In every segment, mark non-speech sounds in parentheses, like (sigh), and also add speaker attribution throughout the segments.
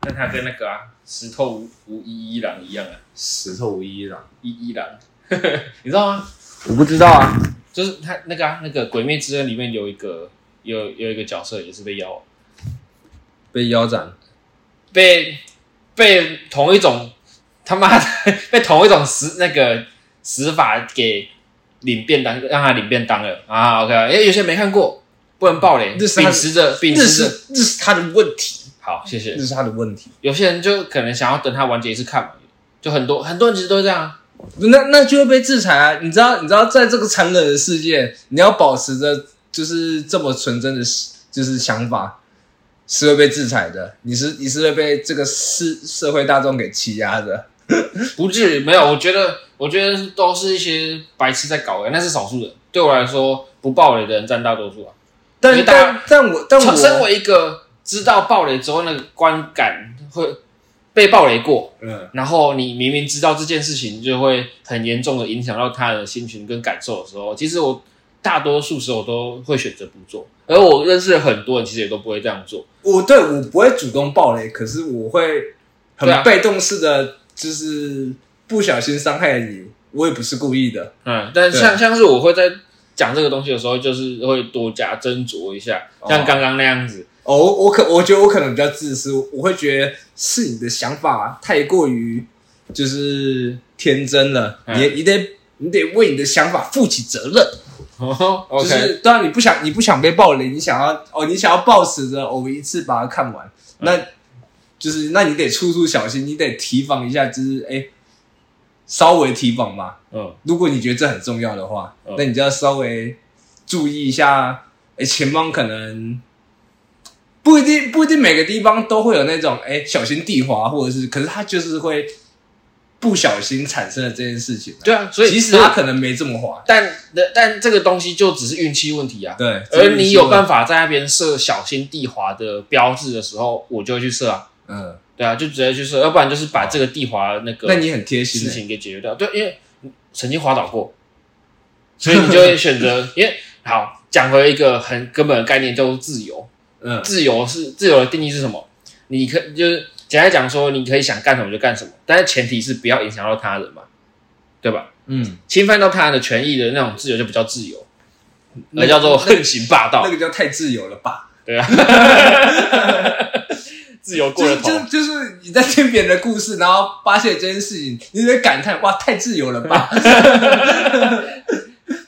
Speaker 1: 跟他跟那个啊石头无无一一郎一样啊，
Speaker 2: 石头无一郎，
Speaker 1: 一一郎， (laughs) 你知道吗？
Speaker 2: 我不知道啊。
Speaker 1: 就是他那个啊，那个《鬼灭之刃》里面有一个有有一个角色也是被妖
Speaker 2: 被腰斩，
Speaker 1: 被被同一种他妈的 (laughs) 被同一种死那个死法给领便当，让他领便当了啊！OK，因为有些人没看过，不能爆雷，
Speaker 2: 这是他
Speaker 1: 秉持着秉
Speaker 2: 这
Speaker 1: 持着
Speaker 2: 是这是他的问题，
Speaker 1: 好，谢谢
Speaker 2: 这。是他的问题。
Speaker 1: 有些人就可能想要等它完结一次看嘛，就很多很多人其实都这样啊。
Speaker 2: 那那就会被制裁啊！你知道，你知道，在这个残忍的世界，你要保持着就是这么纯真的，就是想法，是会被制裁的。你是你是会被这个社社会大众给欺压的。
Speaker 1: 不至于没有，我觉得我觉得都是一些白痴在搞的，那是少数人。对我来说，不暴雷的人占大多数啊。因
Speaker 2: 但
Speaker 1: 为大
Speaker 2: 但
Speaker 1: 家
Speaker 2: 但我但
Speaker 1: 从身
Speaker 2: 我
Speaker 1: 为一个知道暴雷之后那个观感会被暴雷过，
Speaker 2: 嗯，
Speaker 1: 然后你明明知道这件事情就会很严重的影响到他的心情跟感受的时候，其实我大多数时候都会选择不做。而我认识的很多人，其实也都不会这样做。
Speaker 2: 我对我不会主动暴雷，可是我会
Speaker 1: 对啊
Speaker 2: 很被动式的，就是不小心伤害你，我也不是故意的。
Speaker 1: 嗯，但
Speaker 2: 对
Speaker 1: 像像是我会在讲这个东西的时候，就是会多加斟酌一下，
Speaker 2: 哦
Speaker 1: 像刚刚那样子。
Speaker 2: 哦，我我可我觉得我可能比较自私，我会觉得是你的想法太过于就是天真了，
Speaker 1: 嗯
Speaker 2: 你你得你得为你的想法负起责任。哦
Speaker 1: OK，、
Speaker 2: 就是当然你不想你不想被暴雷，你想要哦你想要暴死着，哦我一次把它看完，
Speaker 1: 嗯
Speaker 2: 那就是那你得处处小心，你得提防一下，就是哎、稍微提防嘛。
Speaker 1: 嗯，
Speaker 2: 如果你觉得这很重要的话，
Speaker 1: 嗯
Speaker 2: 那你就要稍微注意一下，哎、前方可能不一定不一定每个地方都会有那种哎、诶小心地滑，或者是，可是他就是会不小心产生了这件事情、
Speaker 1: 对啊，所以
Speaker 2: 其实他可能没这么滑，
Speaker 1: 但但这个东西就只是运气问题啊。
Speaker 2: 对，
Speaker 1: 而你有
Speaker 2: 法，
Speaker 1: 办法在那边设小心地滑的标志的时候，我就会去设啊。
Speaker 2: 嗯，
Speaker 1: 对啊，就直接去设，要不然就是把这个地滑那个
Speaker 2: 那你很贴心、
Speaker 1: 事
Speaker 2: 欸，
Speaker 1: 情给解决掉。对，因为曾经滑倒过，
Speaker 2: (laughs)
Speaker 1: 所以你就会选择，因为好讲回一个很根本的概念，叫做自由。
Speaker 2: 嗯
Speaker 1: 自由是自由的定义是什么？你可就是简单讲说，你可以想干什么就干什么，但是前提是不要影响到他人嘛，对吧？
Speaker 2: 嗯，
Speaker 1: 侵犯到他人的权益的那种自由就比较自由，
Speaker 2: 那
Speaker 1: 而叫做横行霸道
Speaker 2: 那，个叫太自由了吧？
Speaker 1: 对啊， (laughs) 自由过
Speaker 2: 就
Speaker 1: 了
Speaker 2: 是
Speaker 1: 头
Speaker 2: 就。是就是你在听别人的故事，然后发现这件事情，你就会感叹哇，太自由了
Speaker 1: (laughs)
Speaker 2: 吧！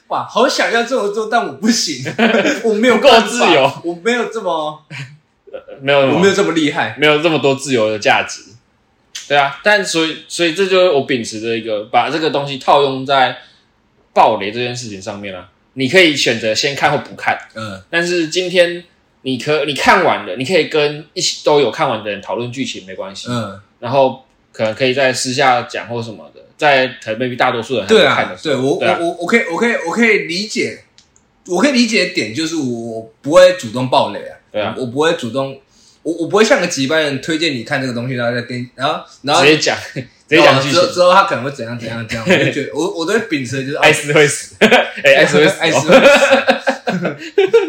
Speaker 2: 哇，好想要这么做，但我
Speaker 1: (laughs)
Speaker 2: 不行，我没有
Speaker 1: 不够
Speaker 2: 办法
Speaker 1: 自由，
Speaker 2: 我没有这么，
Speaker 1: 没有，
Speaker 2: 我没有这么厉害。
Speaker 1: 没有这么多自由的价值。对啊，但所以所以这就是我秉持着一个把这个东西套用在暴雷这件事情上面啊。你可以选择先看或不看，
Speaker 2: 嗯
Speaker 1: 但是今天你可你看完了，你可以跟一起都有看完的人讨论剧情没关系，
Speaker 2: 嗯，
Speaker 1: 然后可能可以在私下讲或什么的，在可能 maybe 大多数人还没
Speaker 2: 对
Speaker 1: 看
Speaker 2: 啊
Speaker 1: 的，时
Speaker 2: 对
Speaker 1: 候，
Speaker 2: 我我
Speaker 1: 对啊
Speaker 2: 我我可以我可以我可以理解，我可以理解的点就是我不会主动爆雷啊，
Speaker 1: 对啊
Speaker 2: 我不会主动，我我不会像个几班人推荐你看这个东西，然后再跟你然后然后
Speaker 1: 直接
Speaker 2: (laughs)
Speaker 1: 讲直接讲剧
Speaker 2: 之后之
Speaker 1: 情，
Speaker 2: 后他可能会怎样怎样
Speaker 1: (laughs)
Speaker 2: 怎样，我就觉得我我都会秉持的就是啊
Speaker 1: 爱死会死， (laughs)
Speaker 2: (laughs)
Speaker 1: 哎，爱死会死，
Speaker 2: 爱死会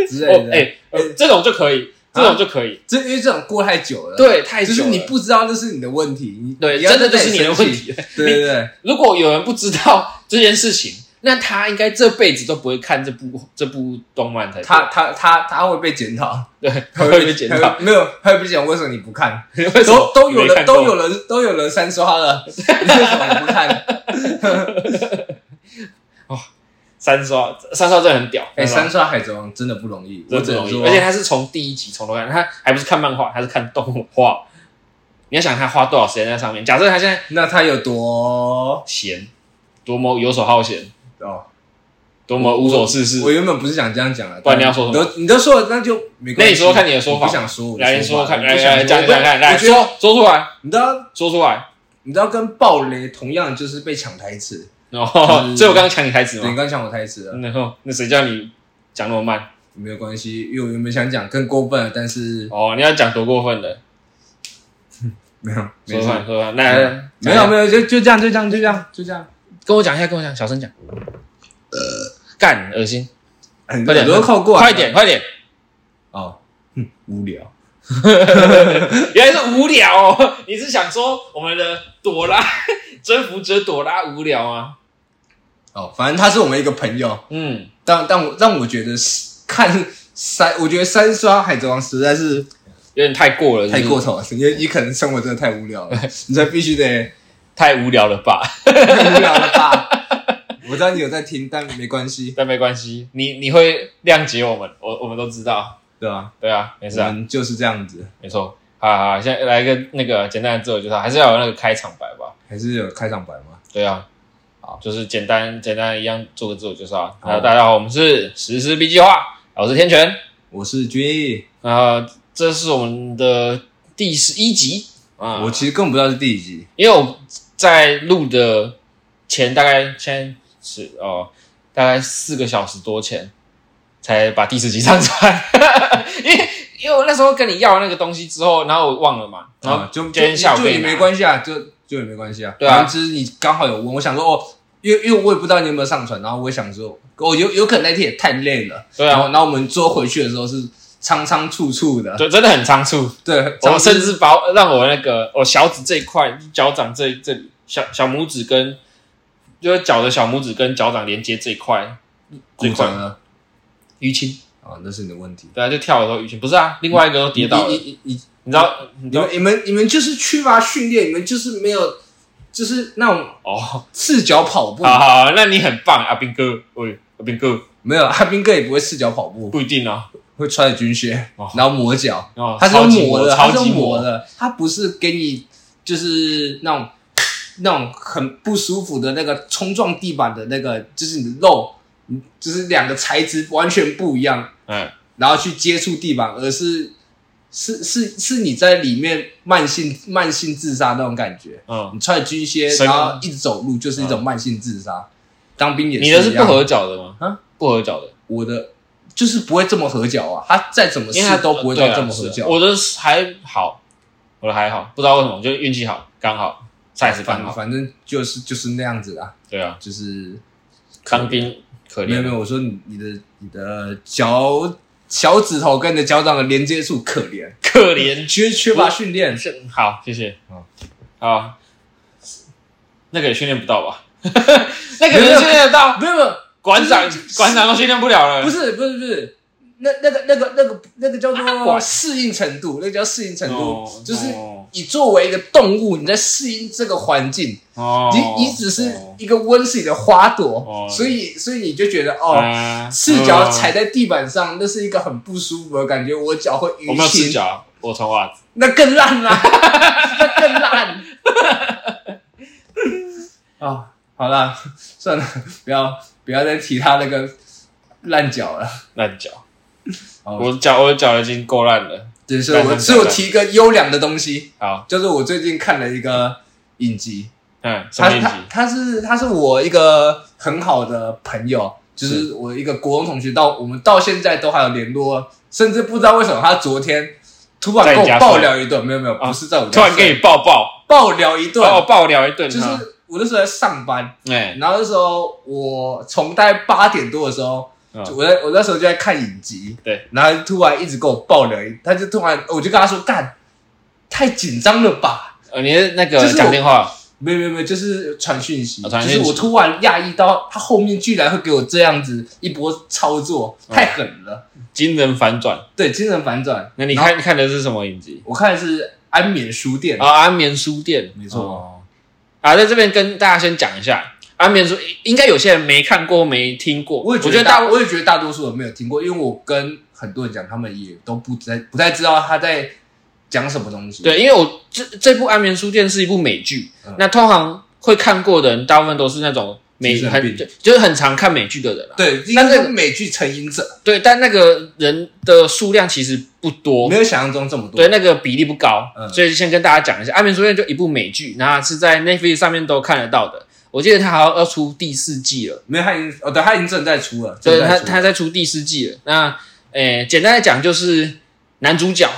Speaker 2: 死 (laughs) 之类
Speaker 1: 哦，
Speaker 2: 的。
Speaker 1: 哎，呃
Speaker 2: 嗯
Speaker 1: 这种就可以，这种就可以，
Speaker 2: 这因为这种过太久了，，
Speaker 1: 对，太
Speaker 2: 啊就
Speaker 1: 久
Speaker 2: 是
Speaker 1: 了
Speaker 2: 你不知道这是你的问题，你
Speaker 1: 对，
Speaker 2: 你要
Speaker 1: 真的就
Speaker 2: 在
Speaker 1: 是
Speaker 2: 那里
Speaker 1: 你的
Speaker 2: 生
Speaker 1: 问
Speaker 2: 气。
Speaker 1: 题。
Speaker 2: 对对对，
Speaker 1: 如果有人不知道这件事情， (laughs) 那他应该这辈子都不会看这部这部动漫才对
Speaker 2: 他他他他会被检讨，
Speaker 1: 对，他会被检
Speaker 2: 他
Speaker 1: 讨
Speaker 2: 会，没有，他会被检讨为什么你不看？
Speaker 1: (laughs) 为什么
Speaker 2: 都都有
Speaker 1: 没看
Speaker 2: 人
Speaker 1: 过
Speaker 2: 都有人都有人三
Speaker 1: (laughs)
Speaker 2: 刷了，为什么你不看？哎
Speaker 1: 三刷，三刷真的很屌。
Speaker 2: 哎，
Speaker 1: 刷
Speaker 2: 三刷海贼王真的不啊容易，我
Speaker 1: 啊真的
Speaker 2: 只能
Speaker 1: 容易，
Speaker 2: 说，
Speaker 1: 而且他是从第一集从头看，他还不是看漫画，他是看动画。你要想他花多少时间在上面？假设他现在
Speaker 2: 那他有多
Speaker 1: 闲，多么游手好闲，
Speaker 2: 哦？
Speaker 1: 多么无所事事
Speaker 2: 我。原本不是想这样讲的，啊
Speaker 1: 不然你要说什么
Speaker 2: 你都你都说了，那就没关系。
Speaker 1: 那你说看你的说法
Speaker 2: 我不想说，我的
Speaker 1: 来，你说
Speaker 2: 说法
Speaker 1: 看，来
Speaker 2: 我不想
Speaker 1: 来讲
Speaker 2: 我
Speaker 1: 讲
Speaker 2: 不
Speaker 1: 看，来
Speaker 2: 我觉得
Speaker 1: 说说出来，
Speaker 2: 你知道，
Speaker 1: 说出来。
Speaker 2: 你知道跟暴雷同样就是被抢台词，
Speaker 1: 哦，
Speaker 2: 嗯
Speaker 1: 所以我刚刚抢你台词
Speaker 2: 对
Speaker 1: 嘛
Speaker 2: 你。刚抢我台词了，
Speaker 1: 然后那谁叫你讲那么慢？
Speaker 2: 没有关系，因为我原本想讲更过分了，但是
Speaker 1: 哦，你要讲多过分的，
Speaker 2: 没有，
Speaker 1: 说
Speaker 2: 没
Speaker 1: 吧
Speaker 2: 事，
Speaker 1: 说吧，那
Speaker 2: 没有没有，就就这样，就这样，就这样，就这样。
Speaker 1: 跟我讲一下，跟我讲，小声讲。
Speaker 2: 呃
Speaker 1: 干，恶心，
Speaker 2: 快
Speaker 1: 快点
Speaker 2: 耳朵靠过来，啊
Speaker 1: 快点，快点，
Speaker 2: 哦，哼，无聊。
Speaker 1: 原来是无聊哦！你是想说我们的朵拉 (laughs) 征服者朵拉无聊啊？
Speaker 2: 哦，反正他是我们一个朋友，
Speaker 1: 嗯，
Speaker 2: 但但我让我觉得是看三，我觉得三刷《海贼王》实在是
Speaker 1: 有点太过了是不
Speaker 2: 太
Speaker 1: 是
Speaker 2: 过头了，因为你可能生活真的太无聊了，你才必须得
Speaker 1: 太无聊了吧？ (laughs)
Speaker 2: 太无聊了吧？我知道你有在听，但没关系，
Speaker 1: 但没关系，你你会谅解我们，我我们都知道。
Speaker 2: 对吧、
Speaker 1: 对啊，没事
Speaker 2: 我
Speaker 1: 啊，
Speaker 2: 们就是这样子，
Speaker 1: 没错。好好，好现在来一个那个简单的自我介绍，还是要有那个开场白吧？
Speaker 2: 还是有开场白吗？
Speaker 1: 对啊，
Speaker 2: 好，
Speaker 1: 就是简单简单一样做个自我介绍啊。
Speaker 2: 好
Speaker 1: 啊，大家好，我们是实施 B 计划，我是天权，
Speaker 2: 我是君毅，
Speaker 1: 啊，这是我们的第十一集啊。
Speaker 2: 我其实根本不知道是第几集，
Speaker 1: 因为我在录的前大概先是哦，大概四个小时多前才把第十集上传， (laughs) 因为因为我那时候跟你要那个东西之后，然后我忘了嘛，然后
Speaker 2: 啊，就
Speaker 1: 哦今天下午
Speaker 2: 就
Speaker 1: 给
Speaker 2: 也
Speaker 1: 你拿
Speaker 2: 没关系啊，就就也没关系啊，
Speaker 1: 对啊
Speaker 2: 反正就是你刚好有问，我想说哦。因为因为我也不知道你有没有上传，然后我也想说，哦，有有可能那天也太累了，
Speaker 1: 对
Speaker 2: 然后
Speaker 1: 啊，
Speaker 2: 然后我们坐回去的时候是仓仓促促的，
Speaker 1: 对，真的很仓促，
Speaker 2: 对，
Speaker 1: 我
Speaker 2: 仓促
Speaker 1: 甚至把我让我那个我小指这一块，脚掌这这里小小拇指跟就是脚的小拇指跟脚掌连接这一块
Speaker 2: 骨折了。
Speaker 1: 淤青，
Speaker 2: 啊，那是你的问题。
Speaker 1: 对啊，就跳的时候淤青，不是啊，另外一个都跌倒了，
Speaker 2: 你你
Speaker 1: 你知道你
Speaker 2: 你
Speaker 1: 知道
Speaker 2: 们你们你们就是缺乏训练，你们就是没有，就是那种
Speaker 1: 哦。
Speaker 2: 赤脚跑步。
Speaker 1: 好好，那你很棒，阿斌哥，喂，阿斌哥，
Speaker 2: 没有，阿斌哥也不会赤脚跑步，
Speaker 1: 不一定啊，
Speaker 2: 会穿着军靴
Speaker 1: 哦，
Speaker 2: 然后磨脚。
Speaker 1: 哦，
Speaker 2: 他是
Speaker 1: 超
Speaker 2: 用
Speaker 1: 级
Speaker 2: 磨的，
Speaker 1: 超
Speaker 2: 他是
Speaker 1: 级
Speaker 2: 用磨
Speaker 1: 的，
Speaker 2: 的，他不是给你就是那种那种很不舒服的那个冲撞地板的那个，就是你的肉，就是两个材质完全不一样，
Speaker 1: 嗯，
Speaker 2: 然后去接触地板，而是是是是你在里面慢性慢性自杀那种感觉。
Speaker 1: 嗯，
Speaker 2: 你穿着军靴，
Speaker 1: 生
Speaker 2: 然后一直走路，就是一种慢性自杀。当兵也
Speaker 1: 你的是
Speaker 2: 是一
Speaker 1: 不
Speaker 2: 样
Speaker 1: 合，脚的吗？
Speaker 2: 啊，
Speaker 1: 不合脚的，
Speaker 2: 我的就是不会这么合脚啊，他再怎么
Speaker 1: 因为他
Speaker 2: 试都不会
Speaker 1: 对
Speaker 2: 到
Speaker 1: 啊
Speaker 2: 这么合
Speaker 1: 是
Speaker 2: 脚。
Speaker 1: 我的还好，我的还好，不知道为什么，就运气好，刚好，size 刚
Speaker 2: 反
Speaker 1: 好，
Speaker 2: 反正就是就是那样子啦，
Speaker 1: 对啊，
Speaker 2: 就是
Speaker 1: 当兵可
Speaker 2: 没有没
Speaker 1: 怜，
Speaker 2: 有，我说你你的你的脚小指头跟你的脚掌的连接处可怜，
Speaker 1: 可怜，
Speaker 2: 缺缺乏训练，
Speaker 1: 是好，谢谢
Speaker 2: 好，
Speaker 1: 好，那个也训练不到
Speaker 2: (laughs)
Speaker 1: 吧？那个
Speaker 2: 没有没
Speaker 1: 也
Speaker 2: 有
Speaker 1: 训练得到，
Speaker 2: 没有没有。
Speaker 1: 馆长
Speaker 2: 就是
Speaker 1: 馆长都训练不了了，
Speaker 2: 不是不是不是，那那个那个那个那个叫
Speaker 1: 管
Speaker 2: 做适应程度，那个叫适应程度，
Speaker 1: 哦
Speaker 2: 就是
Speaker 1: 哦
Speaker 2: 你作为一个动物，你在适应这个环境，
Speaker 1: 哦，
Speaker 2: 你你只是
Speaker 1: 哦
Speaker 2: 一个温室里的花朵，
Speaker 1: 哦
Speaker 2: 所以所以你就觉得哦，
Speaker 1: 啊
Speaker 2: 赤脚踩
Speaker 1: 嗯
Speaker 2: 在地板上，那是一个很不舒服的感觉，我脚会
Speaker 1: 我没有
Speaker 2: 淤
Speaker 1: 赤
Speaker 2: 青，
Speaker 1: 脚，我穿袜子。
Speaker 2: 那更烂啦， (laughs) 那更烂。哦，好啦，算了，不要不要再提他那个烂脚了。
Speaker 1: 烂脚。
Speaker 2: (laughs) 哦
Speaker 1: 我脚我脚已经够烂了。
Speaker 2: 对，所以我只有提一个优良的东西，
Speaker 1: 好，
Speaker 2: 就是我最近看了一个影集，
Speaker 1: 嗯，什
Speaker 2: 他
Speaker 1: 么影集
Speaker 2: 他？他是他是我一个很好的朋友，就是我一个国中同学，到我们到现在都还有联络，甚至不知道为什么他昨天突然
Speaker 1: 在
Speaker 2: 跟
Speaker 1: 你家
Speaker 2: 我爆料一顿，没有没有，
Speaker 1: 啊
Speaker 2: 不是在我家
Speaker 1: 突然跟你抱抱，
Speaker 2: 爆料一顿
Speaker 1: 把，我爆聊一顿。
Speaker 2: 就是
Speaker 1: 哈
Speaker 2: 我那时候在上班，
Speaker 1: 哎，
Speaker 2: 然后那时候我从大概八点多的时候，
Speaker 1: 嗯
Speaker 2: 就我在我那时候就在看影集，
Speaker 1: 对，
Speaker 2: 然后他突然一直跟我爆料，他就突然我就跟他说干，太紧张了吧？
Speaker 1: 呃你是那个
Speaker 2: 就是我
Speaker 1: 讲电话，
Speaker 2: 没有没有没有，就是传讯息，
Speaker 1: 啊传
Speaker 2: 就
Speaker 1: 讯息
Speaker 2: 是我突然讶异到他后面居然会给我这样子一波操作，
Speaker 1: 嗯
Speaker 2: 太狠了，
Speaker 1: 惊人反转。
Speaker 2: 对，精神反转。
Speaker 1: 那你
Speaker 2: 然后
Speaker 1: 看看的是什么影集？
Speaker 2: 我看的是《安眠书店》
Speaker 1: 啊，安眠书店，
Speaker 2: 没错
Speaker 1: 哦。啊，在这边跟大家先讲一下，安眠书应该有些人没看过、没听过。
Speaker 2: 我也觉
Speaker 1: 觉得
Speaker 2: 得大，
Speaker 1: 大
Speaker 2: 我也觉得大多数人没有听过，因为我跟很多人讲，他们也都不太不太知道他在讲什么东西。
Speaker 1: 对，因为我这这部《安眠书店》是一部美剧，
Speaker 2: 嗯
Speaker 1: 那通常会看过的人，大部分都是那种美
Speaker 2: 精神
Speaker 1: 很
Speaker 2: 病
Speaker 1: 就就是很常看美剧的人、啊。
Speaker 2: 对，应
Speaker 1: 但
Speaker 2: 该
Speaker 1: 是
Speaker 2: 是美剧成瘾者，
Speaker 1: 对，但那个人的数量其实不多
Speaker 2: 没，有想象中这么多
Speaker 1: 对，。那个比例不高，
Speaker 2: 嗯
Speaker 1: 所以先跟大家讲一下，《安眠书店》就一部美剧，那是在 Netflix 上面都看得到的。我记得它好像要出第四季了，
Speaker 2: 没有，他已经哦，对，他已经正在出了，
Speaker 1: 对，
Speaker 2: 正在
Speaker 1: 它
Speaker 2: 出
Speaker 1: 它在出第四季了。那诶、简单来讲就是男主角，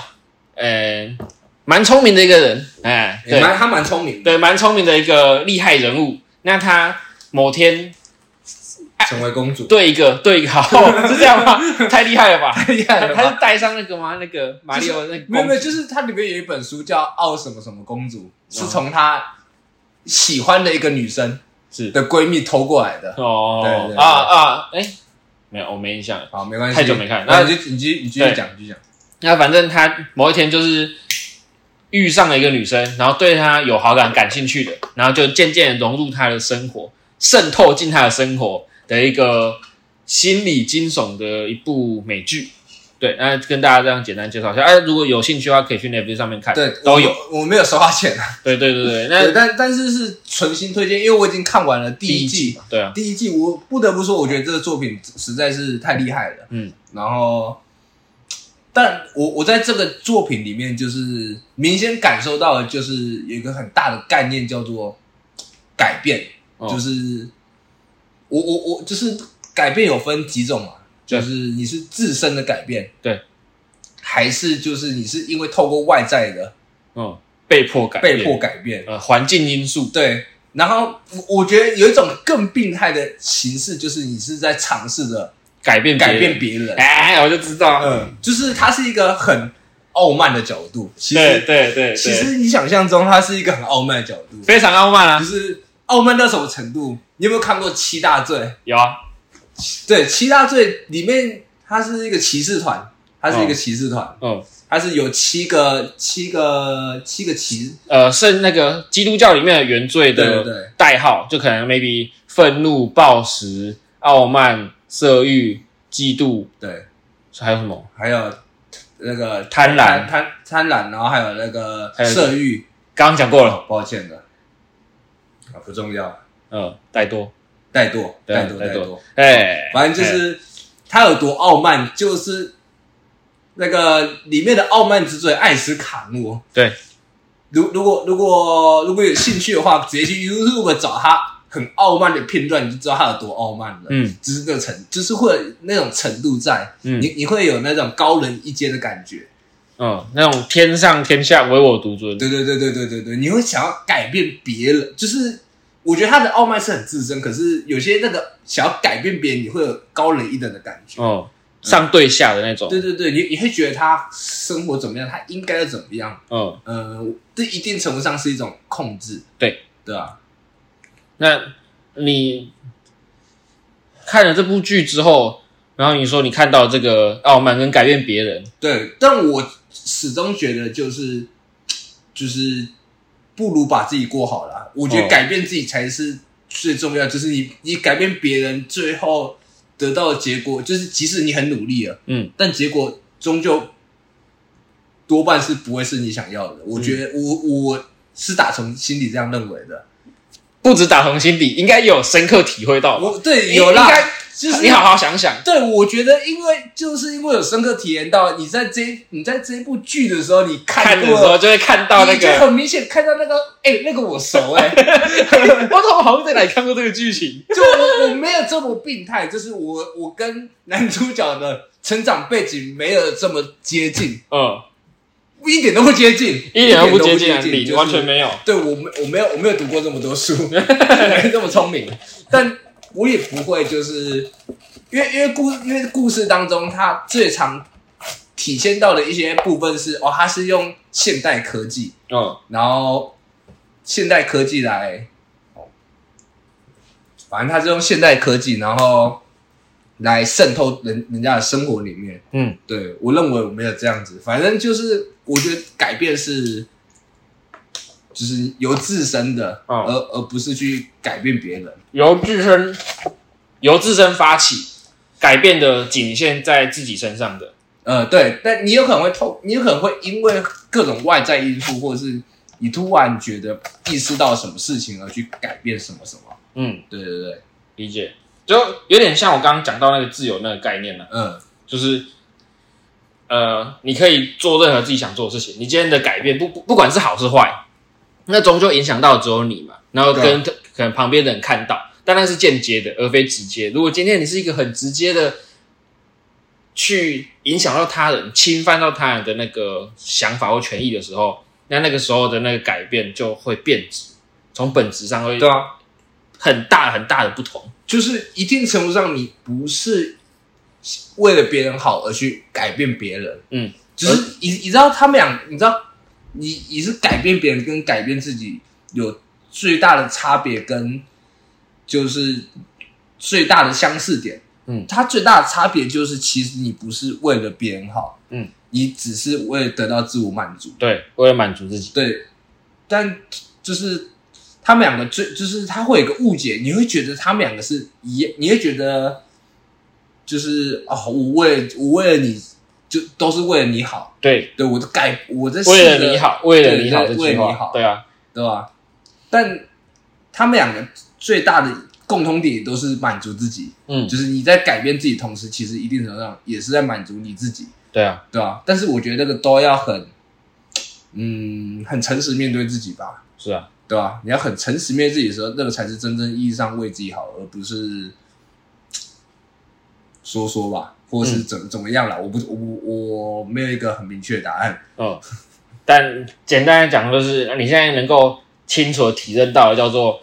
Speaker 1: 诶、蛮聪明的一个人，哎、
Speaker 2: 也
Speaker 1: 对，
Speaker 2: 蛮他蛮聪明的，
Speaker 1: 对，蛮聪明的一个厉害人物。那他某天
Speaker 2: 成为公主，
Speaker 1: 对一个对一
Speaker 2: (laughs)
Speaker 1: 个好，是这样吗？太厉害了吧！
Speaker 2: 厉害了吧
Speaker 1: (laughs) 他是带上那个吗？那个马里奥那个
Speaker 2: 没有
Speaker 1: 公
Speaker 2: 没有，
Speaker 1: 主啊
Speaker 2: 就是它里面有一本书叫《奥什么什么公主》，是从她喜欢的一个女生
Speaker 1: 是
Speaker 2: 的闺蜜偷过来的。对对
Speaker 1: 哦
Speaker 2: 对
Speaker 1: 啊啊哎，没有我没印象了。
Speaker 2: 好，没关系，
Speaker 1: 太久没看
Speaker 2: 那
Speaker 1: 那
Speaker 2: 你就你继续你继续讲，继续讲。
Speaker 1: 那反正他某一天就是遇上了一个女生，然后对她有好感、感兴趣的，然后就渐渐地融入她的生活，渗透进她的生活的一个心理惊悚的一部美剧。对，那跟大家这样简单介绍一下。哎、如果有兴趣的话，可以去 Netflix 上面看，
Speaker 2: 对，
Speaker 1: 哎都有。哎
Speaker 2: 我，我没有收花钱啊。
Speaker 1: 对对对对，
Speaker 2: 对，
Speaker 1: 那
Speaker 2: 但但是是纯心推荐，因为我已经看完了第一季。
Speaker 1: 对啊，
Speaker 2: 第一季我不得不说，我觉得这个作品实在是太厉害了。
Speaker 1: 嗯，
Speaker 2: 然后，但我我在这个作品里面，就是明显感受到的，就是有一个很大的概念叫做改变，
Speaker 1: 哦
Speaker 2: 就是我我我就是改变有分几种嘛，
Speaker 1: 对
Speaker 2: 就是你是自身的改变，
Speaker 1: 对，
Speaker 2: 还是就是你是因为透过外在的
Speaker 1: 嗯，被迫改变，
Speaker 2: 被迫改变，
Speaker 1: 呃环境因素，
Speaker 2: 对。然后我我觉得有一种更病态的形式，就是你是在尝试着
Speaker 1: 改变别
Speaker 2: 改
Speaker 1: 人
Speaker 2: 变。别
Speaker 1: (laughs)
Speaker 2: 人，
Speaker 1: 哎，我就知道，
Speaker 2: 嗯，就是它是一个很傲慢的角度。其
Speaker 1: 对
Speaker 2: 实，
Speaker 1: 对对
Speaker 2: 其
Speaker 1: 对，
Speaker 2: 实你想象中它是一个很傲慢的角度，
Speaker 1: 非常傲慢啊，
Speaker 2: 就是傲慢到什么程度？你有没有看过《七大罪》？
Speaker 1: 有啊，
Speaker 2: 对，《七大罪》里面它是一个骑士团，它是一个骑士团，
Speaker 1: 嗯。
Speaker 2: 它是有七个、七个、七个骑，
Speaker 1: 呃，是那个基督教里面的原罪
Speaker 2: 对对
Speaker 1: 的
Speaker 2: 对
Speaker 1: 代号，就可能 maybe 愤怒、暴食、傲慢、色欲、嫉妒，
Speaker 2: 对，
Speaker 1: 还有什么
Speaker 2: 还有那个
Speaker 1: 贪
Speaker 2: 贪
Speaker 1: 婪？
Speaker 2: 贪贪婪，然后还有那个
Speaker 1: 还有
Speaker 2: 色欲，
Speaker 1: 刚刚讲过了，
Speaker 2: 抱歉的，啊，不重要，
Speaker 1: 嗯，怠惰，
Speaker 2: 怠惰，
Speaker 1: 对
Speaker 2: 怠惰，
Speaker 1: 怠
Speaker 2: 怠
Speaker 1: 惰
Speaker 2: 惰。
Speaker 1: 哎，
Speaker 2: 反正就是他有多傲慢，就是那个里面的傲慢之最，艾斯卡诺。
Speaker 1: 对，
Speaker 2: 如如果如果如果有兴趣的话，直接去 YouTube 找他很傲慢的片段，你就知道他有多傲慢了。
Speaker 1: 嗯
Speaker 2: 就是那个程，就是会有那种程度在，
Speaker 1: 嗯
Speaker 2: 你你会有那种高人一阶的感觉。
Speaker 1: 嗯，那种天上天下唯我独尊，
Speaker 2: 对对对对对对对，你会想要改变别人，就是我觉得他的傲慢是很自身，可是有些那个想要改变别人，你会有高人一等的感觉。
Speaker 1: 嗯，上对下的那种，
Speaker 2: 对对对，你你会觉得他生活怎么样，他应该要怎么样？
Speaker 1: 嗯，
Speaker 2: 呃，这一定程度上是一种控制。
Speaker 1: 对
Speaker 2: 对啊，
Speaker 1: 那你看了这部剧之后，然后你说你看到这个傲慢跟改变别人，
Speaker 2: 对，但我始终觉得就是就是不如把自己过好了。我觉
Speaker 1: 哦
Speaker 2: 得改变自己才是最重要，就是你你改变别人，最后得到的结果就是，即使你很努力了，
Speaker 1: 嗯，
Speaker 2: 但结果终究多半是不会是你想要的。我觉
Speaker 1: 嗯
Speaker 2: 得我我是打从心底这样认为的。
Speaker 1: 不止打从心底，应该有深刻体会到吧。
Speaker 2: 我对
Speaker 1: 你
Speaker 2: 有啦
Speaker 1: 应该，
Speaker 2: 就是
Speaker 1: 你好好想想，
Speaker 2: 对，我觉得因为就是因为有深刻体验到，你在这你在这一部剧的时候，你
Speaker 1: 看
Speaker 2: 看
Speaker 1: 的
Speaker 2: 过
Speaker 1: 时候就会看到那
Speaker 2: 你就
Speaker 1: 个，
Speaker 2: 很明显看到那个，哎、那个我熟哎、
Speaker 1: 我怎么好像在哪里看过这个剧情？
Speaker 2: 就我我没有这么病态，就是我我跟男主角的成长背景没有这么接近，
Speaker 1: 嗯，
Speaker 2: 一点都不接近，
Speaker 1: 一点都不接近啊，
Speaker 2: 一点都不接
Speaker 1: 零
Speaker 2: 就是
Speaker 1: 完全没有。
Speaker 2: 对我没我没有我没有读过这么多书， (laughs) 没这么聪明，但我也不会就是因为因为故因为故事当中它最常体现到的一些部分是哦，它是用现代科技，
Speaker 1: 嗯，
Speaker 2: 然后现代科技来，哦反正它是用现代科技，然后来渗透人人家的生活里面。
Speaker 1: 嗯，
Speaker 2: 对我认为我没有这样子，反正就是我觉得改变是，就是由自身的，
Speaker 1: 嗯
Speaker 2: 而而不是去改变别人。
Speaker 1: 由自身由自身发起，改变的仅限在自己身上的。
Speaker 2: 呃，对，但你有可能会透，你有可能会因为各种外在因素，或者是你突然觉得意识到什么事情而去改变什么什么。
Speaker 1: 嗯，
Speaker 2: 对对对，
Speaker 1: 理解，就有点像我刚刚讲到那个自由那个概念呢、
Speaker 2: 嗯，
Speaker 1: 就是。呃，你可以做任何自己想做的事情。你今天的改变，不不不管是好是坏，那终究影响到只有你嘛，然
Speaker 2: 啊
Speaker 1: 后跟可能旁边的人看到，但那是间接的，而非直接。如果今天你是一个很直接的去影响到他人、侵犯到他人的那个想法或权益的时候，那那个时候的那个改变就会变质，从本质上会
Speaker 2: 对啊，
Speaker 1: 很大很大的不同。
Speaker 2: 就是一定程度上，你不是为了别人好而去改变别人，
Speaker 1: 嗯，
Speaker 2: 只是你你知道他们俩，你知道你你是改变别人跟改变自己有最大的差别跟就是最大的相似点，
Speaker 1: 嗯
Speaker 2: 它最大的差别就是其实你不是为了别人好，
Speaker 1: 嗯，
Speaker 2: 你只是为了得到自我满足，
Speaker 1: 对，为了满足自己，
Speaker 2: 对，但就是他们两个最，就是他会有一个误解，你会觉得他们两个是一样，你会觉得就是哦，我为了我为了你，就都是为了你好，
Speaker 1: 对，
Speaker 2: 对我的改，我在
Speaker 1: 为
Speaker 2: 试
Speaker 1: 了
Speaker 2: 着
Speaker 1: 你，好，为了你好这
Speaker 2: 对
Speaker 1: 句
Speaker 2: 为了你
Speaker 1: 话
Speaker 2: 好，
Speaker 1: 对啊，
Speaker 2: 对吧？但他们两个最大的共同点都是满足自己，
Speaker 1: 嗯，
Speaker 2: 就是你在改变自己同时，其实一定程度上也是在满足你自己，
Speaker 1: 对啊，
Speaker 2: 对吧？但是我觉得这个都要很，嗯，很诚实面对自己吧。
Speaker 1: 是啊，
Speaker 2: 对吧、你要很诚实面对自己的时候，那个才是真正意义上为自己好，而不是说说吧，或
Speaker 1: 嗯
Speaker 2: 者是怎、怎么样啦。我不，我我没有一个很明确的答案。
Speaker 1: 嗯，但简单来讲就是，啊你现在能够清楚的体认到的叫做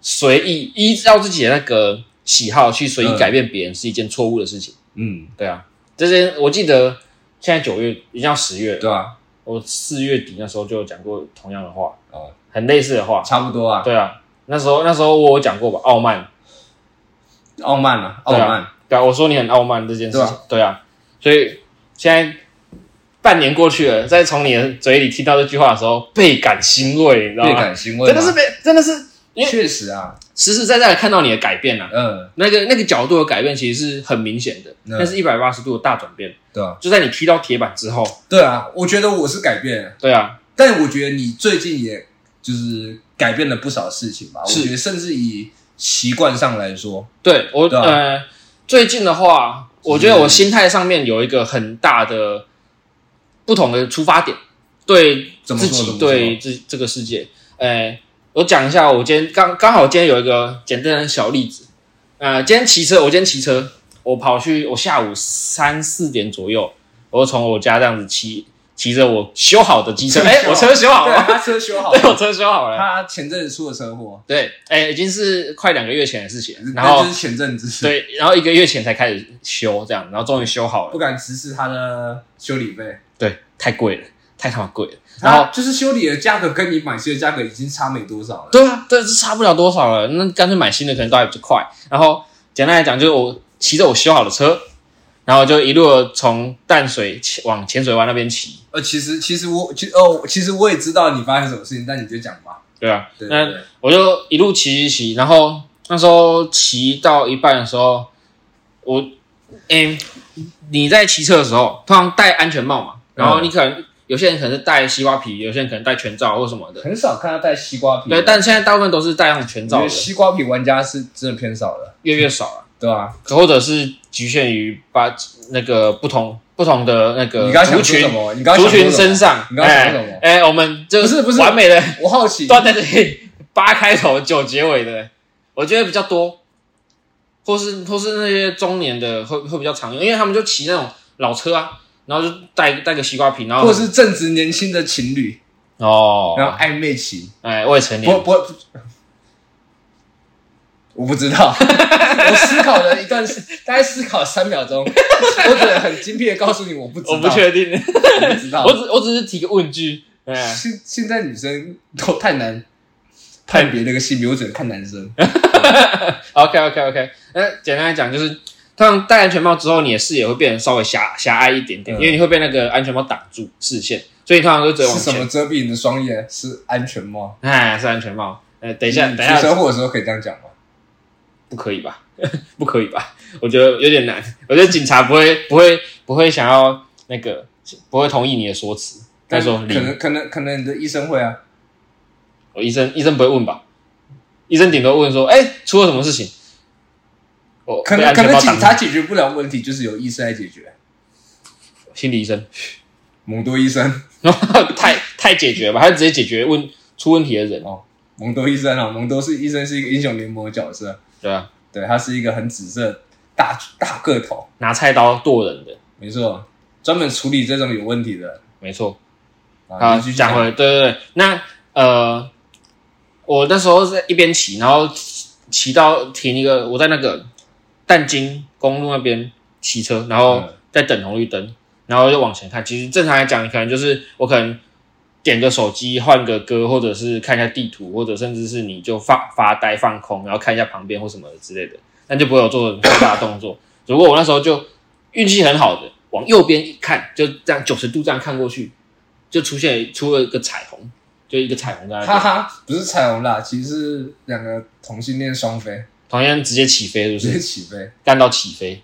Speaker 1: 随意依照自己的那个喜好去随意
Speaker 2: 嗯
Speaker 1: 改变别人是一件错误的事情，
Speaker 2: 嗯，
Speaker 1: 对啊，这些我记得现在九月已经要十月了，
Speaker 2: 对吧、
Speaker 1: 我四月底那时候就有讲过同样的话，
Speaker 2: 啊？哦，
Speaker 1: 很类似的话，
Speaker 2: 差不多啊，
Speaker 1: 对啊，那时候那时候我有讲过吧，傲慢，
Speaker 2: 傲慢啊，傲
Speaker 1: 对啊
Speaker 2: 慢，
Speaker 1: 对啊，我说你很傲慢这件事
Speaker 2: 对
Speaker 1: 情，
Speaker 2: 啊
Speaker 1: 对啊，所以现在半年过去了，再从你的嘴里听到这句话的时候，倍感欣慰，你知道
Speaker 2: 倍
Speaker 1: 吗？
Speaker 2: 感欣慰
Speaker 1: 真
Speaker 2: 嘛。
Speaker 1: 的啊是被，真的是因为
Speaker 2: 确实啊，
Speaker 1: 实实在在的看到你的改变了、啊，
Speaker 2: 嗯，
Speaker 1: 那个那个角度的改变其实是很明显的，
Speaker 2: 嗯
Speaker 1: 那是一百八十度的大转变，
Speaker 2: 对啊，
Speaker 1: 就在你踢到铁板之后，
Speaker 2: 对啊，我觉得我是改变了，
Speaker 1: 对啊，
Speaker 2: 但我觉得你最近也就是改变了不少事情吧。我
Speaker 1: 是
Speaker 2: 觉得甚至以习惯上来说，
Speaker 1: 对我
Speaker 2: 对啊
Speaker 1: 呃最近的话，我觉得我心态上面有一个很大的不同的出发点，对
Speaker 2: 怎么
Speaker 1: 自
Speaker 2: 说怎
Speaker 1: 己
Speaker 2: 么说
Speaker 1: 对这这个世界，呃，我讲一下，我今天刚刚好今天有一个简单的小例子，呃，今天骑车，我今天骑车，我跑去我下午三四点左右，我就从我家这样子骑骑着我修好的机
Speaker 2: (laughs)
Speaker 1: 车，哎、我车修好
Speaker 2: 对，啊
Speaker 1: 了，
Speaker 2: 他车修好
Speaker 1: 对
Speaker 2: 了，
Speaker 1: 我车修好了，
Speaker 2: 他前阵子出了车祸，
Speaker 1: (laughs) 对，哎、已经是快两个月前的事情了，然
Speaker 2: 那
Speaker 1: 后
Speaker 2: 就是前阵子，，
Speaker 1: 对，然后一个月前才开始修，这样，然后终于修好
Speaker 2: 不
Speaker 1: 了。
Speaker 2: 敢直视他的修理费，
Speaker 1: 对，太贵了，太他妈贵了。然
Speaker 2: 然
Speaker 1: 后
Speaker 2: 后，就是修理的价格跟你买新的价格已经差没多少了，
Speaker 1: 对啊，对，这差不了多少了，那干脆买新的可能都还比较快。然后，简单来讲，就是我骑着我修好的车，然后就一路从淡水骑往浅水湾那边骑。
Speaker 2: 呃，其实其实我其哦，其实我也知道你发生什么事情，但你就讲吧，
Speaker 1: 对啊，
Speaker 2: 对
Speaker 1: 那
Speaker 2: 对对，
Speaker 1: 我就一路骑骑骑，然后那时候骑到一半的时候，我，诶、你在骑车的时候，通常戴安全帽嘛，然后
Speaker 2: 嗯
Speaker 1: 你可能、有些人可能是戴西瓜皮，有些人可能戴全罩或什么的，
Speaker 2: 很少看到带西瓜皮的，
Speaker 1: 对，但现在大部分都是戴那种全
Speaker 2: 我觉
Speaker 1: 罩
Speaker 2: 得
Speaker 1: 的，
Speaker 2: 西瓜皮玩家是真的偏少了，
Speaker 1: 越来越少了，
Speaker 2: 对吧？
Speaker 1: 或者是局限于把那个不同不同的那个
Speaker 2: 你刚刚
Speaker 1: 呃族
Speaker 2: 想说什
Speaker 1: 群
Speaker 2: 么？你刚刚
Speaker 1: 族
Speaker 2: 想说
Speaker 1: 群
Speaker 2: 什么
Speaker 1: 身上，
Speaker 2: 你刚刚想说什么
Speaker 1: 哎、哎我们就
Speaker 2: 不是不是
Speaker 1: 完美的
Speaker 2: 我好奇，
Speaker 1: 断在这里八开头九结尾的，我觉得比较多，或是或是那些中年的会会比较常用，因为他们就骑那种老车啊，然后就带带个西瓜皮，然后
Speaker 2: 或者是正值年轻的情侣，
Speaker 1: 哦，
Speaker 2: 然后暧昧期，
Speaker 1: 哎未成
Speaker 2: 不
Speaker 1: 年，
Speaker 2: 不，不我不
Speaker 1: (laughs)
Speaker 2: 知道，我思考了一段时，大概思考了三秒钟，我只能很精辟的告诉你，我不知道，
Speaker 1: 我不确定，
Speaker 2: 我不知道
Speaker 1: 我。只我只是提个问句，哎，
Speaker 2: 现现在女生都太难判别那个性别，我只能看男生。
Speaker 1: OK OK OK，那呃简单来讲就是，通常戴安全帽之后，你的视野会变得稍微狭狭隘一点点，
Speaker 2: 嗯
Speaker 1: 因为你会被那个安全帽挡住视线，所以通常都只会往
Speaker 2: 是什
Speaker 1: (laughs)
Speaker 2: 么
Speaker 1: 前。
Speaker 2: 遮蔽你的双眼？是安全帽。
Speaker 1: 哎，是安全帽。呃，等一下，
Speaker 2: 你
Speaker 1: 等一下
Speaker 2: 出，车祸的时候可以这样讲吗？
Speaker 1: 不可以吧？ (laughs) 不可以吧？我觉得有点难。我觉得警察不会不会不会想要那个，不会同意你的说辞。他
Speaker 2: 但是
Speaker 1: 说
Speaker 2: 可
Speaker 1: 零，
Speaker 2: 能可能可能你的医生会啊，
Speaker 1: 我医生医生不会问吧？医生顶多问说，哎、出了什么事情？我
Speaker 2: 可
Speaker 1: 被
Speaker 2: 能
Speaker 1: 安
Speaker 2: 可
Speaker 1: 全
Speaker 2: 能
Speaker 1: 帽
Speaker 2: 警
Speaker 1: 挡
Speaker 2: 察
Speaker 1: 住，
Speaker 2: 解决不了问题，就是由医生来解决。
Speaker 1: 心理医生。
Speaker 2: 蒙多医生，
Speaker 1: 然后 (laughs) 太太解决吧，他就直接解决问出问题的人，
Speaker 2: 蒙多医生啊，蒙多是医生是一个英雄联盟的角色，
Speaker 1: 对啊，
Speaker 2: 对，他是一个很紫色大大个头，
Speaker 1: 拿菜刀剁人的，
Speaker 2: 没错，专门处理这种有问题的人。
Speaker 1: 没错。
Speaker 2: 啊，
Speaker 1: 好，
Speaker 2: 你继续
Speaker 1: 讲回，对对对，那呃，我那时候是一边骑，然后骑到停一个，我在那个淡金公路那边骑车，然后
Speaker 2: 嗯
Speaker 1: 在等红绿灯，然后就往前看。其实正常来讲，可能就是我可能点个手机换个歌，或者是看一下地图，或者甚至是你就发发呆放空，然后看一下旁边或什么之类的，但就不会有做很大的动作。如果我那时候就运气很好的，往右边一看，就这样九十度这样看过去，就出现出了一个彩虹，就一个彩虹在那边
Speaker 2: 哈哈，不是彩虹啦，其实是两个同性恋双飞 (laughs)
Speaker 1: 唐嫣直接起飞，是
Speaker 2: 直
Speaker 1: 不
Speaker 2: 接
Speaker 1: 是？
Speaker 2: 起飞。
Speaker 1: 干到起 (laughs) 飞，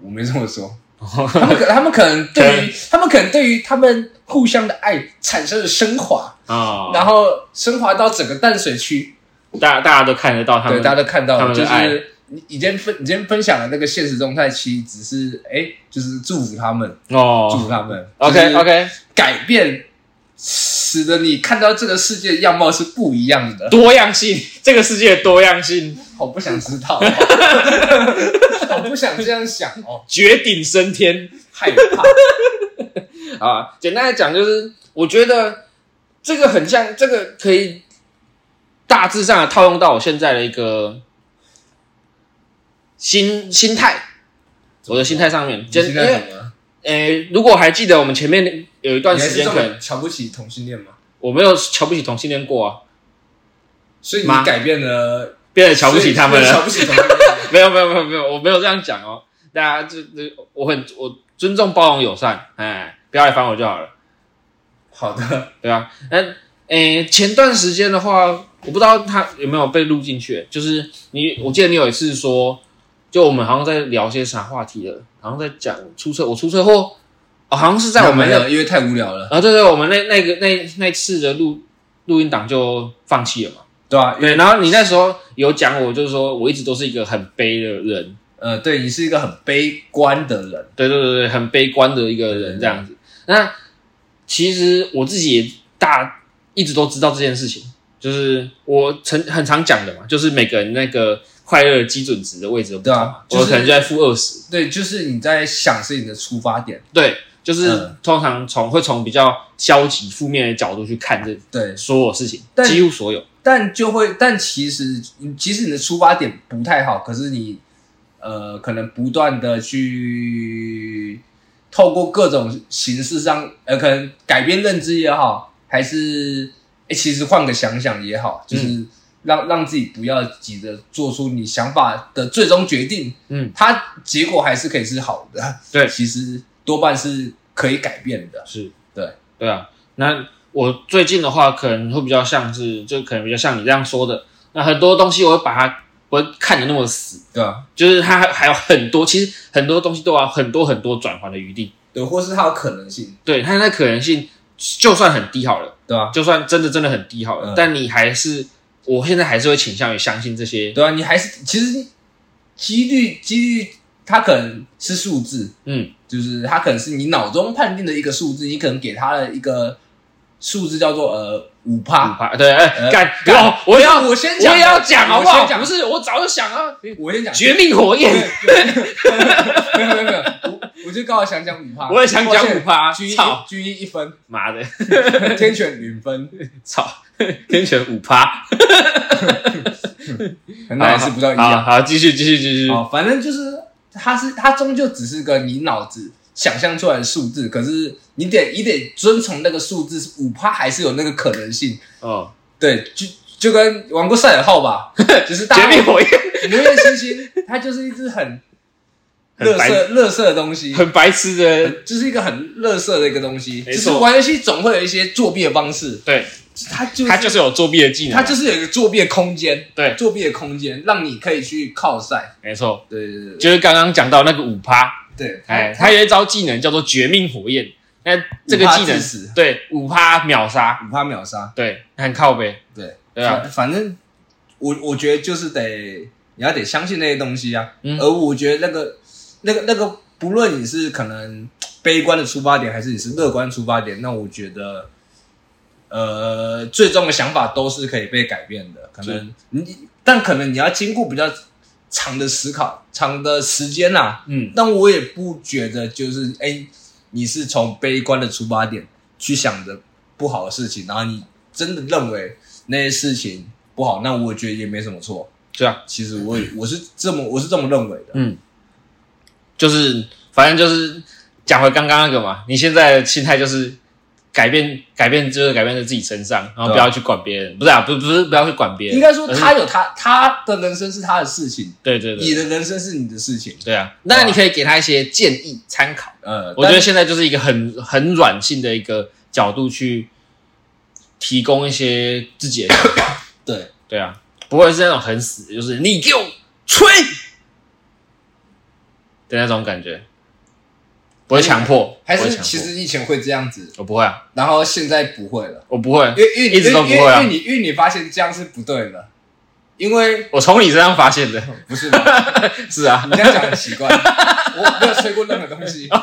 Speaker 2: 我没这么说，他们可他们可能
Speaker 1: (laughs)
Speaker 2: 对于他们可能对于他们互相的爱产生了升华，
Speaker 1: 啊
Speaker 2: 然后升华到整个淡水区，
Speaker 1: 大家大家都看得到他
Speaker 2: 对
Speaker 1: 们，
Speaker 2: 大家都看到
Speaker 1: 他
Speaker 2: 了，
Speaker 1: 们
Speaker 2: 就
Speaker 1: 的爱
Speaker 2: 是你你今天分你今天分享的那个现实动态，其实只是哎、就是祝福他们，祝福
Speaker 1: 哦。
Speaker 2: 他们。
Speaker 1: OK OK，
Speaker 2: 改变使得你看到这个世界的样貌是不一样的。
Speaker 1: (laughs) 多样性，这个世界的多样性
Speaker 2: 好不想知道、哦 (laughs) 好不想这样想哦，
Speaker 1: 绝顶升天
Speaker 2: 害怕。
Speaker 1: 啊！简单来讲，就是我觉得这个很像，这个可以大致上的套用到我现在的一个心心态，我的心态上面。
Speaker 2: 你
Speaker 1: 简
Speaker 2: 现
Speaker 1: 因
Speaker 2: 在
Speaker 1: 为
Speaker 2: 怎么了？
Speaker 1: 呃，如果还记得我们前面有一段
Speaker 2: 你还
Speaker 1: 时
Speaker 2: 是
Speaker 1: 间，
Speaker 2: 这
Speaker 1: 可能
Speaker 2: 么瞧不起同性恋吗？
Speaker 1: 我没有瞧不起同性恋过啊，
Speaker 2: 所以你
Speaker 1: 妈
Speaker 2: 改变了，
Speaker 1: 变得瞧不起他们
Speaker 2: 所以瞧
Speaker 1: 了。
Speaker 2: 不起同性恋。 (laughs)
Speaker 1: 没有没有没有没有，我没有这样讲哦。大家这这，我很我尊重、包容、友善，哎，不要来烦我就好了，
Speaker 2: 好的，
Speaker 1: 对吧？那诶，前段时间的话，我不知道他有没有被录进去，就是你，我记得你有一次说，就我们好像在聊些啥话题了，好像在讲出车，我出车祸，哦，好像是在我们
Speaker 2: 没
Speaker 1: 那
Speaker 2: 有，因为太无聊了，
Speaker 1: 啊，对对，我们那那个那那次的录录音档就放弃了嘛。
Speaker 2: 对啊吧、因为
Speaker 1: 对，然后你那时候有讲我，就是说我一直都是一个很悲的人，
Speaker 2: 呃，对你是一个很悲观的人，
Speaker 1: 对对对对，很悲观的一个人这样子。那其实我自己也大一直都知道这件事情，就是我曾很常讲的嘛，就是每个人那个快乐的基准值的位置都不
Speaker 2: 对
Speaker 1: 同
Speaker 2: 啊
Speaker 1: 嘛，
Speaker 2: 就是
Speaker 1: 我可能就在负二十，
Speaker 2: 对，就是你在想是你的出发点，
Speaker 1: 对，就是
Speaker 2: 嗯
Speaker 1: 通常从会从比较消极负面的角度去看这
Speaker 2: 对，
Speaker 1: 所有事情，
Speaker 2: 但
Speaker 1: 几乎所有，
Speaker 2: 但就会，但其实其实你的出发点不太好，可是你呃，可能不断的去透过各种形式上，呃，可能改变认知也好，还是哎、其实换个想想也好，就是让、让自己不要急着做出你想法的最终决定，
Speaker 1: 嗯，
Speaker 2: 它结果还是可以是好的，
Speaker 1: 对
Speaker 2: 其实多半是可以改变的，
Speaker 1: 是，
Speaker 2: 对，
Speaker 1: 对啊。那我最近的话，可能会比较像是，就可能比较像你这样说的，那很多东西我会把它不会看得那么死，
Speaker 2: 对吧、
Speaker 1: 就是它还还有很多，其实很多东西都有很多很多转换的余地。
Speaker 2: 对，或是它有可能性，
Speaker 1: 对，它那可能性就算很低好了，
Speaker 2: 对吧、
Speaker 1: 就算真的真的很低好了，
Speaker 2: 嗯
Speaker 1: 但你还是，我现在还是会倾向于相信这些，
Speaker 2: 对啊，你还是其实几率几率它可能是数字，
Speaker 1: 嗯，
Speaker 2: 就是它可能是你脑中判定的一个数字，你可能给它的一个数字叫做呃五
Speaker 1: 不
Speaker 2: 帕。
Speaker 1: 怕，对，哎，
Speaker 2: 呃
Speaker 1: 干，
Speaker 2: 干
Speaker 1: 我我要
Speaker 2: 我先讲
Speaker 1: 我也要讲好不
Speaker 2: 我
Speaker 1: 好
Speaker 2: 先？讲
Speaker 1: 不是，我早就想啊，
Speaker 2: 我先讲，
Speaker 1: 绝命火
Speaker 2: 没有
Speaker 1: 焰，
Speaker 2: 没有没有没有，我我就刚好想讲五帕，
Speaker 1: 我也想讲五
Speaker 2: 五
Speaker 1: 趴，
Speaker 2: 居一
Speaker 1: 操
Speaker 2: 居一一分， (laughs)
Speaker 1: 妈的！
Speaker 2: 天选零分，
Speaker 1: 操，天选五趴，
Speaker 2: 那还是不到一
Speaker 1: 好，
Speaker 2: 样。
Speaker 1: 好，继续，继续，继续。
Speaker 2: 哦，反正就是它是它终究只是个你脑子想象出来的数字，可是你得你得遵从那个数字是五趴，还是有那个可能性。
Speaker 1: 哦，
Speaker 2: 对，就就跟玩过赛尔号吧， (laughs) 就是大
Speaker 1: 绝
Speaker 2: 家
Speaker 1: 命火焰，
Speaker 2: 明月星星，它就是一只很
Speaker 1: 很
Speaker 2: 乐
Speaker 1: 白
Speaker 2: 色乐色的东西，
Speaker 1: 很白痴的，
Speaker 2: 就是一个很乐色的一个东西。
Speaker 1: 没
Speaker 2: 就
Speaker 1: 错
Speaker 2: 是玩游戏总会有一些作弊的方式，
Speaker 1: 对
Speaker 2: 它就
Speaker 1: 他就是有作弊的技能，啊
Speaker 2: 它就是有一个作弊的空间，
Speaker 1: 对
Speaker 2: 作弊的空间让你可以去靠赛。
Speaker 1: 没错，
Speaker 2: 对对对对
Speaker 1: 就是刚刚讲到那个五趴，
Speaker 2: 对，
Speaker 1: 哎，他有一招技能叫做绝命火焰，那这个
Speaker 2: 五趴
Speaker 1: 技能
Speaker 2: 致死
Speaker 1: 对五趴秒杀，
Speaker 2: 五趴秒杀，
Speaker 1: 对，很靠背，
Speaker 2: 对
Speaker 1: 对啊，
Speaker 2: 反反正我我觉得就是得你要得相信那些东西啊。
Speaker 1: 嗯
Speaker 2: 而我觉得那个那个那个，不论你是可能悲观的出发点，还是你是乐观的出发点，那我觉得。呃，最终的想法都是可以被改变的，可能你，但可能你要经过比较长的思考、长的时间呐、啊。
Speaker 1: 嗯，
Speaker 2: 但我也不觉得就是，哎、你是从悲观的出发点去想着不好的事情，然后你真的认为那些事情不好，那我觉得也没什么错。
Speaker 1: 对啊，
Speaker 2: 其实我也我是这么我是这么认为的。
Speaker 1: 就是反正就是讲回刚刚那个嘛，你现在的心态就是改变，改变就是改变在自己身上，然后
Speaker 2: 对啊
Speaker 1: 不要去管别人，不是啊，不不是不要去管别人，
Speaker 2: 应该说
Speaker 1: 而是
Speaker 2: 他有他他的人生是他的事情，
Speaker 1: 对嗯对
Speaker 2: 你
Speaker 1: 对，
Speaker 2: 的人生是你的事情。
Speaker 1: 对啊，那你可以给他一些建议参考。
Speaker 2: 呃，
Speaker 1: 我觉得
Speaker 2: 但
Speaker 1: 现在就是一个很很软性的一个角度去提供一些自己的想
Speaker 2: (coughs)
Speaker 1: 法，
Speaker 2: 对
Speaker 1: 对啊，不会是那种很死的，就是你给我吹的那种感觉，不会强迫，
Speaker 2: 还
Speaker 1: 不会
Speaker 2: 是
Speaker 1: 强迫
Speaker 2: 其实以前会这样子，
Speaker 1: 我不会啊，
Speaker 2: 然后现在不会了，
Speaker 1: 我不会
Speaker 2: 因，为因为
Speaker 1: 一直都不会啊
Speaker 2: 因为因为你因为你发现这样是不对的，因为
Speaker 1: 我从你身上发现的， (laughs)
Speaker 2: 不是吗
Speaker 1: 是啊 (laughs)
Speaker 2: 你，这样讲很奇怪， (laughs) 我没有吹过任何东西，
Speaker 1: 哦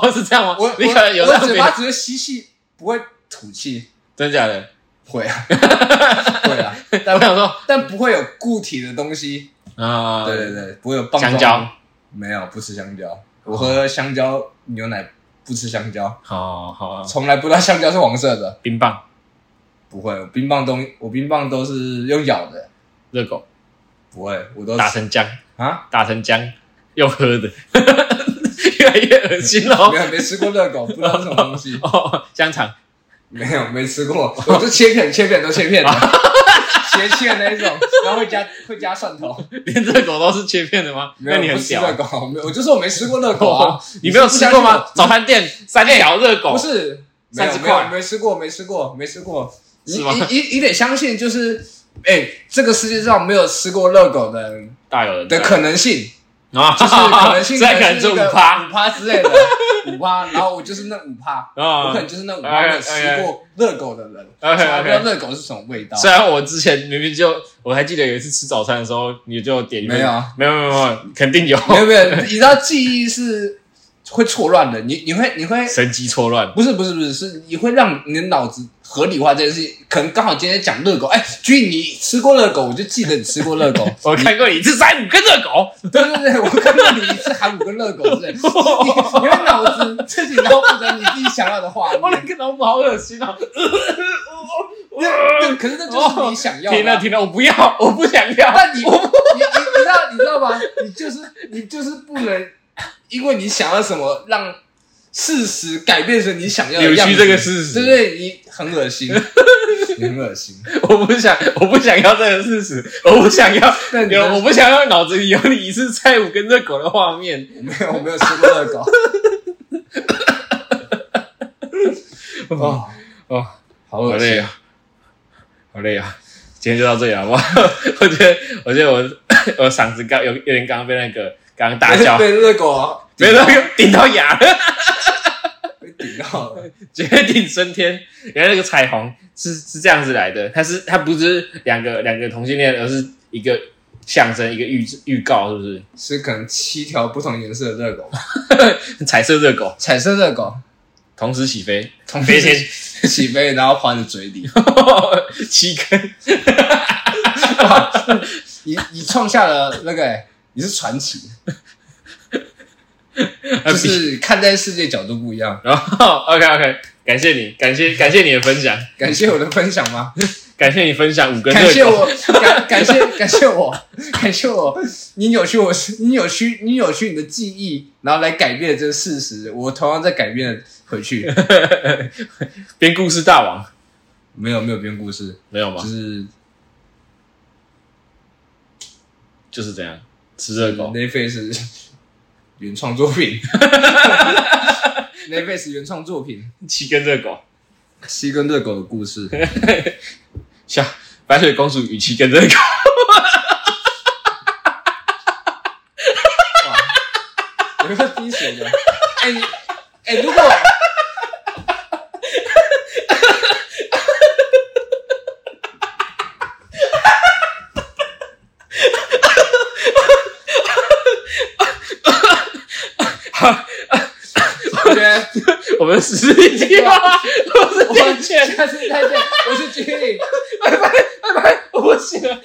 Speaker 1: 哦是这样吗？
Speaker 2: 我
Speaker 1: 你可能有
Speaker 2: 我
Speaker 1: 那
Speaker 2: 我嘴巴
Speaker 1: 种，
Speaker 2: 只会吸气，不会吐气， (laughs)
Speaker 1: 真假的？
Speaker 2: 会啊会啊，
Speaker 1: 但我想说
Speaker 2: 但不会有固体的东西，
Speaker 1: 啊，
Speaker 2: 对对对，不会有棒
Speaker 1: 香
Speaker 2: 状
Speaker 1: 蕉
Speaker 2: 没有，不吃香蕉。我喝香蕉牛奶，不吃香蕉，
Speaker 1: 好好啊，
Speaker 2: 从来不知道香蕉是黄色的。
Speaker 1: 冰棒、
Speaker 2: 不会，我冰棒东，我冰棒都是用咬的。
Speaker 1: 热狗
Speaker 2: 不会，我都
Speaker 1: 打成浆。
Speaker 2: 啊，
Speaker 1: 打成浆又喝的， (laughs) 越来越恶心了
Speaker 2: 没
Speaker 1: 哦。
Speaker 2: 有没吃过热狗，不知道是什么东西，
Speaker 1: 哦，香肠
Speaker 2: 没有没
Speaker 1: (laughs)
Speaker 2: 吃过，我就切片切片都切片的，斜切的那一种，然后会加会加蒜头。
Speaker 1: 连热狗都是切片的吗？
Speaker 2: 没
Speaker 1: 那
Speaker 2: 有
Speaker 1: 你
Speaker 2: 不
Speaker 1: 很
Speaker 2: 吃
Speaker 1: 屌
Speaker 2: 热
Speaker 1: 啊。哦
Speaker 2: 狗，没有我就说我没吃过热狗啊，
Speaker 1: 你没有吃过吗？
Speaker 2: 你
Speaker 1: 早餐店三条热狗
Speaker 2: 哎不是，没有
Speaker 1: 30
Speaker 2: 没有
Speaker 1: 哦块
Speaker 2: 没吃过，没吃过，没吃过。你
Speaker 1: 是吗
Speaker 2: 你你你得相信，就是哎、这个世界上没有吃过热狗的人
Speaker 1: 大有人在
Speaker 2: 的可
Speaker 1: (laughs)
Speaker 2: 能性，
Speaker 1: 啊，
Speaker 2: 就是
Speaker 1: (laughs)
Speaker 2: 可能性
Speaker 1: 现在可能
Speaker 2: 是
Speaker 1: 就五
Speaker 2: 五
Speaker 1: 趴
Speaker 2: 趴之类的 (laughs) 五趴，然后我就是那五趴，我
Speaker 1: 啊
Speaker 2: 可。能就是那五趴
Speaker 1: 哎
Speaker 2: 没有吃过热狗的人，从
Speaker 1: OK，OK
Speaker 2: 来不知道热狗是什么味道。
Speaker 1: 虽然我之前明明就，我还记得有一次吃早餐的时候，你就点一份
Speaker 2: 没有啊，
Speaker 1: 没有没有没有，肯定有
Speaker 2: 没有没有，你知道记忆是会错乱的，你你会你会
Speaker 1: 神机错乱。
Speaker 2: 不是不是不是，是你会让你的脑子合理化这件事情。可能刚好今天讲热狗，哎、居你吃过热狗，我就记得你吃过热
Speaker 1: (laughs)
Speaker 2: 狗。
Speaker 1: 我看过你吃三五根热狗，
Speaker 2: 对对对，我看到你吃韩国跟热狗
Speaker 1: (laughs)
Speaker 2: 之类，就是你你会脑子自己脑补着你自己想要的画
Speaker 1: 我那
Speaker 2: 面。
Speaker 1: 个脑补好恶心哦。
Speaker 2: 那那可是那就是你想要
Speaker 1: (laughs)
Speaker 2: 的啊。
Speaker 1: 停了停了，我不要，我不想要。
Speaker 2: (laughs) 那你你你你知道你知道吗？你就是你就是不能，因为你想要什么让事实改变成你想要的
Speaker 1: 扭
Speaker 2: 样
Speaker 1: 曲
Speaker 2: 子，
Speaker 1: 这个事实
Speaker 2: 对不对？你很恶
Speaker 1: (laughs)
Speaker 2: 心，你很恶心。
Speaker 1: 我不想，我不想要这个事实，我不想 (laughs) 要
Speaker 2: 但你
Speaker 1: 有，
Speaker 2: 的
Speaker 1: 我不想要脑子里有你一次菜五跟热狗的画面。
Speaker 2: 没有，我没有吃过热 (laughs) 狗。哦
Speaker 1: (laughs) 哦，
Speaker 2: 好
Speaker 1: 好
Speaker 2: 恶
Speaker 1: 累
Speaker 2: 心！
Speaker 1: 啊，好累啊！今天就到这里好不好？ (laughs) 我觉得，我 (coughs) 觉得我我嗓子刚有有点刚刚被那个刚刚大
Speaker 2: (laughs)
Speaker 1: 叫，
Speaker 2: 被热狗
Speaker 1: 被那个顶到牙了， (laughs)
Speaker 2: 被顶到了。
Speaker 1: 绝顶升天。原来那个彩虹是是这样子来的，它是它不是两个两个同性恋，而是一个象征，一个预预告，是不是？
Speaker 2: 是可能七条不同颜色的热狗吧，
Speaker 1: 彩色热狗
Speaker 2: 彩色热狗
Speaker 1: 同时起 (laughs) 飞，
Speaker 2: 同
Speaker 1: 飞天。
Speaker 2: 起飞，然后含着嘴里。
Speaker 1: 七根，
Speaker 2: (laughs) 你你创下了那个、欸，你是传奇，就是看待世界角度不一样。
Speaker 1: 啊 (laughs) 然后 OK OK，感谢你，感谢感谢你的分享，
Speaker 2: 感谢我的分享吗？
Speaker 1: 感谢你分享五根
Speaker 2: 感谢
Speaker 1: 热狗，
Speaker 2: 我，感感谢感谢我，感谢我，你扭曲我，你扭曲你扭曲你的记忆，然后来改变这个事实，我同样在改变回去。
Speaker 1: 编故事大王
Speaker 2: 没有没有编故事，
Speaker 1: 没有
Speaker 2: 就
Speaker 1: 吗？
Speaker 2: 是
Speaker 1: 就是这样，吃热狗，
Speaker 2: 雷费是 (laughs) 原创作 (laughs) 品，雷费是原创作品，
Speaker 1: 嗯七根热狗，
Speaker 2: 七根热狗的故事。
Speaker 1: 像白雪公主与七根热狗， (laughs)
Speaker 2: 有没有滴水的？哎、你哎、如果我觉得
Speaker 1: 我们十四计
Speaker 2: (laughs)
Speaker 1: 划，我是
Speaker 2: 我
Speaker 1: 天谴，
Speaker 2: 下次再见，我是君毅。
Speaker 1: 拜拜拜拜，我不行了。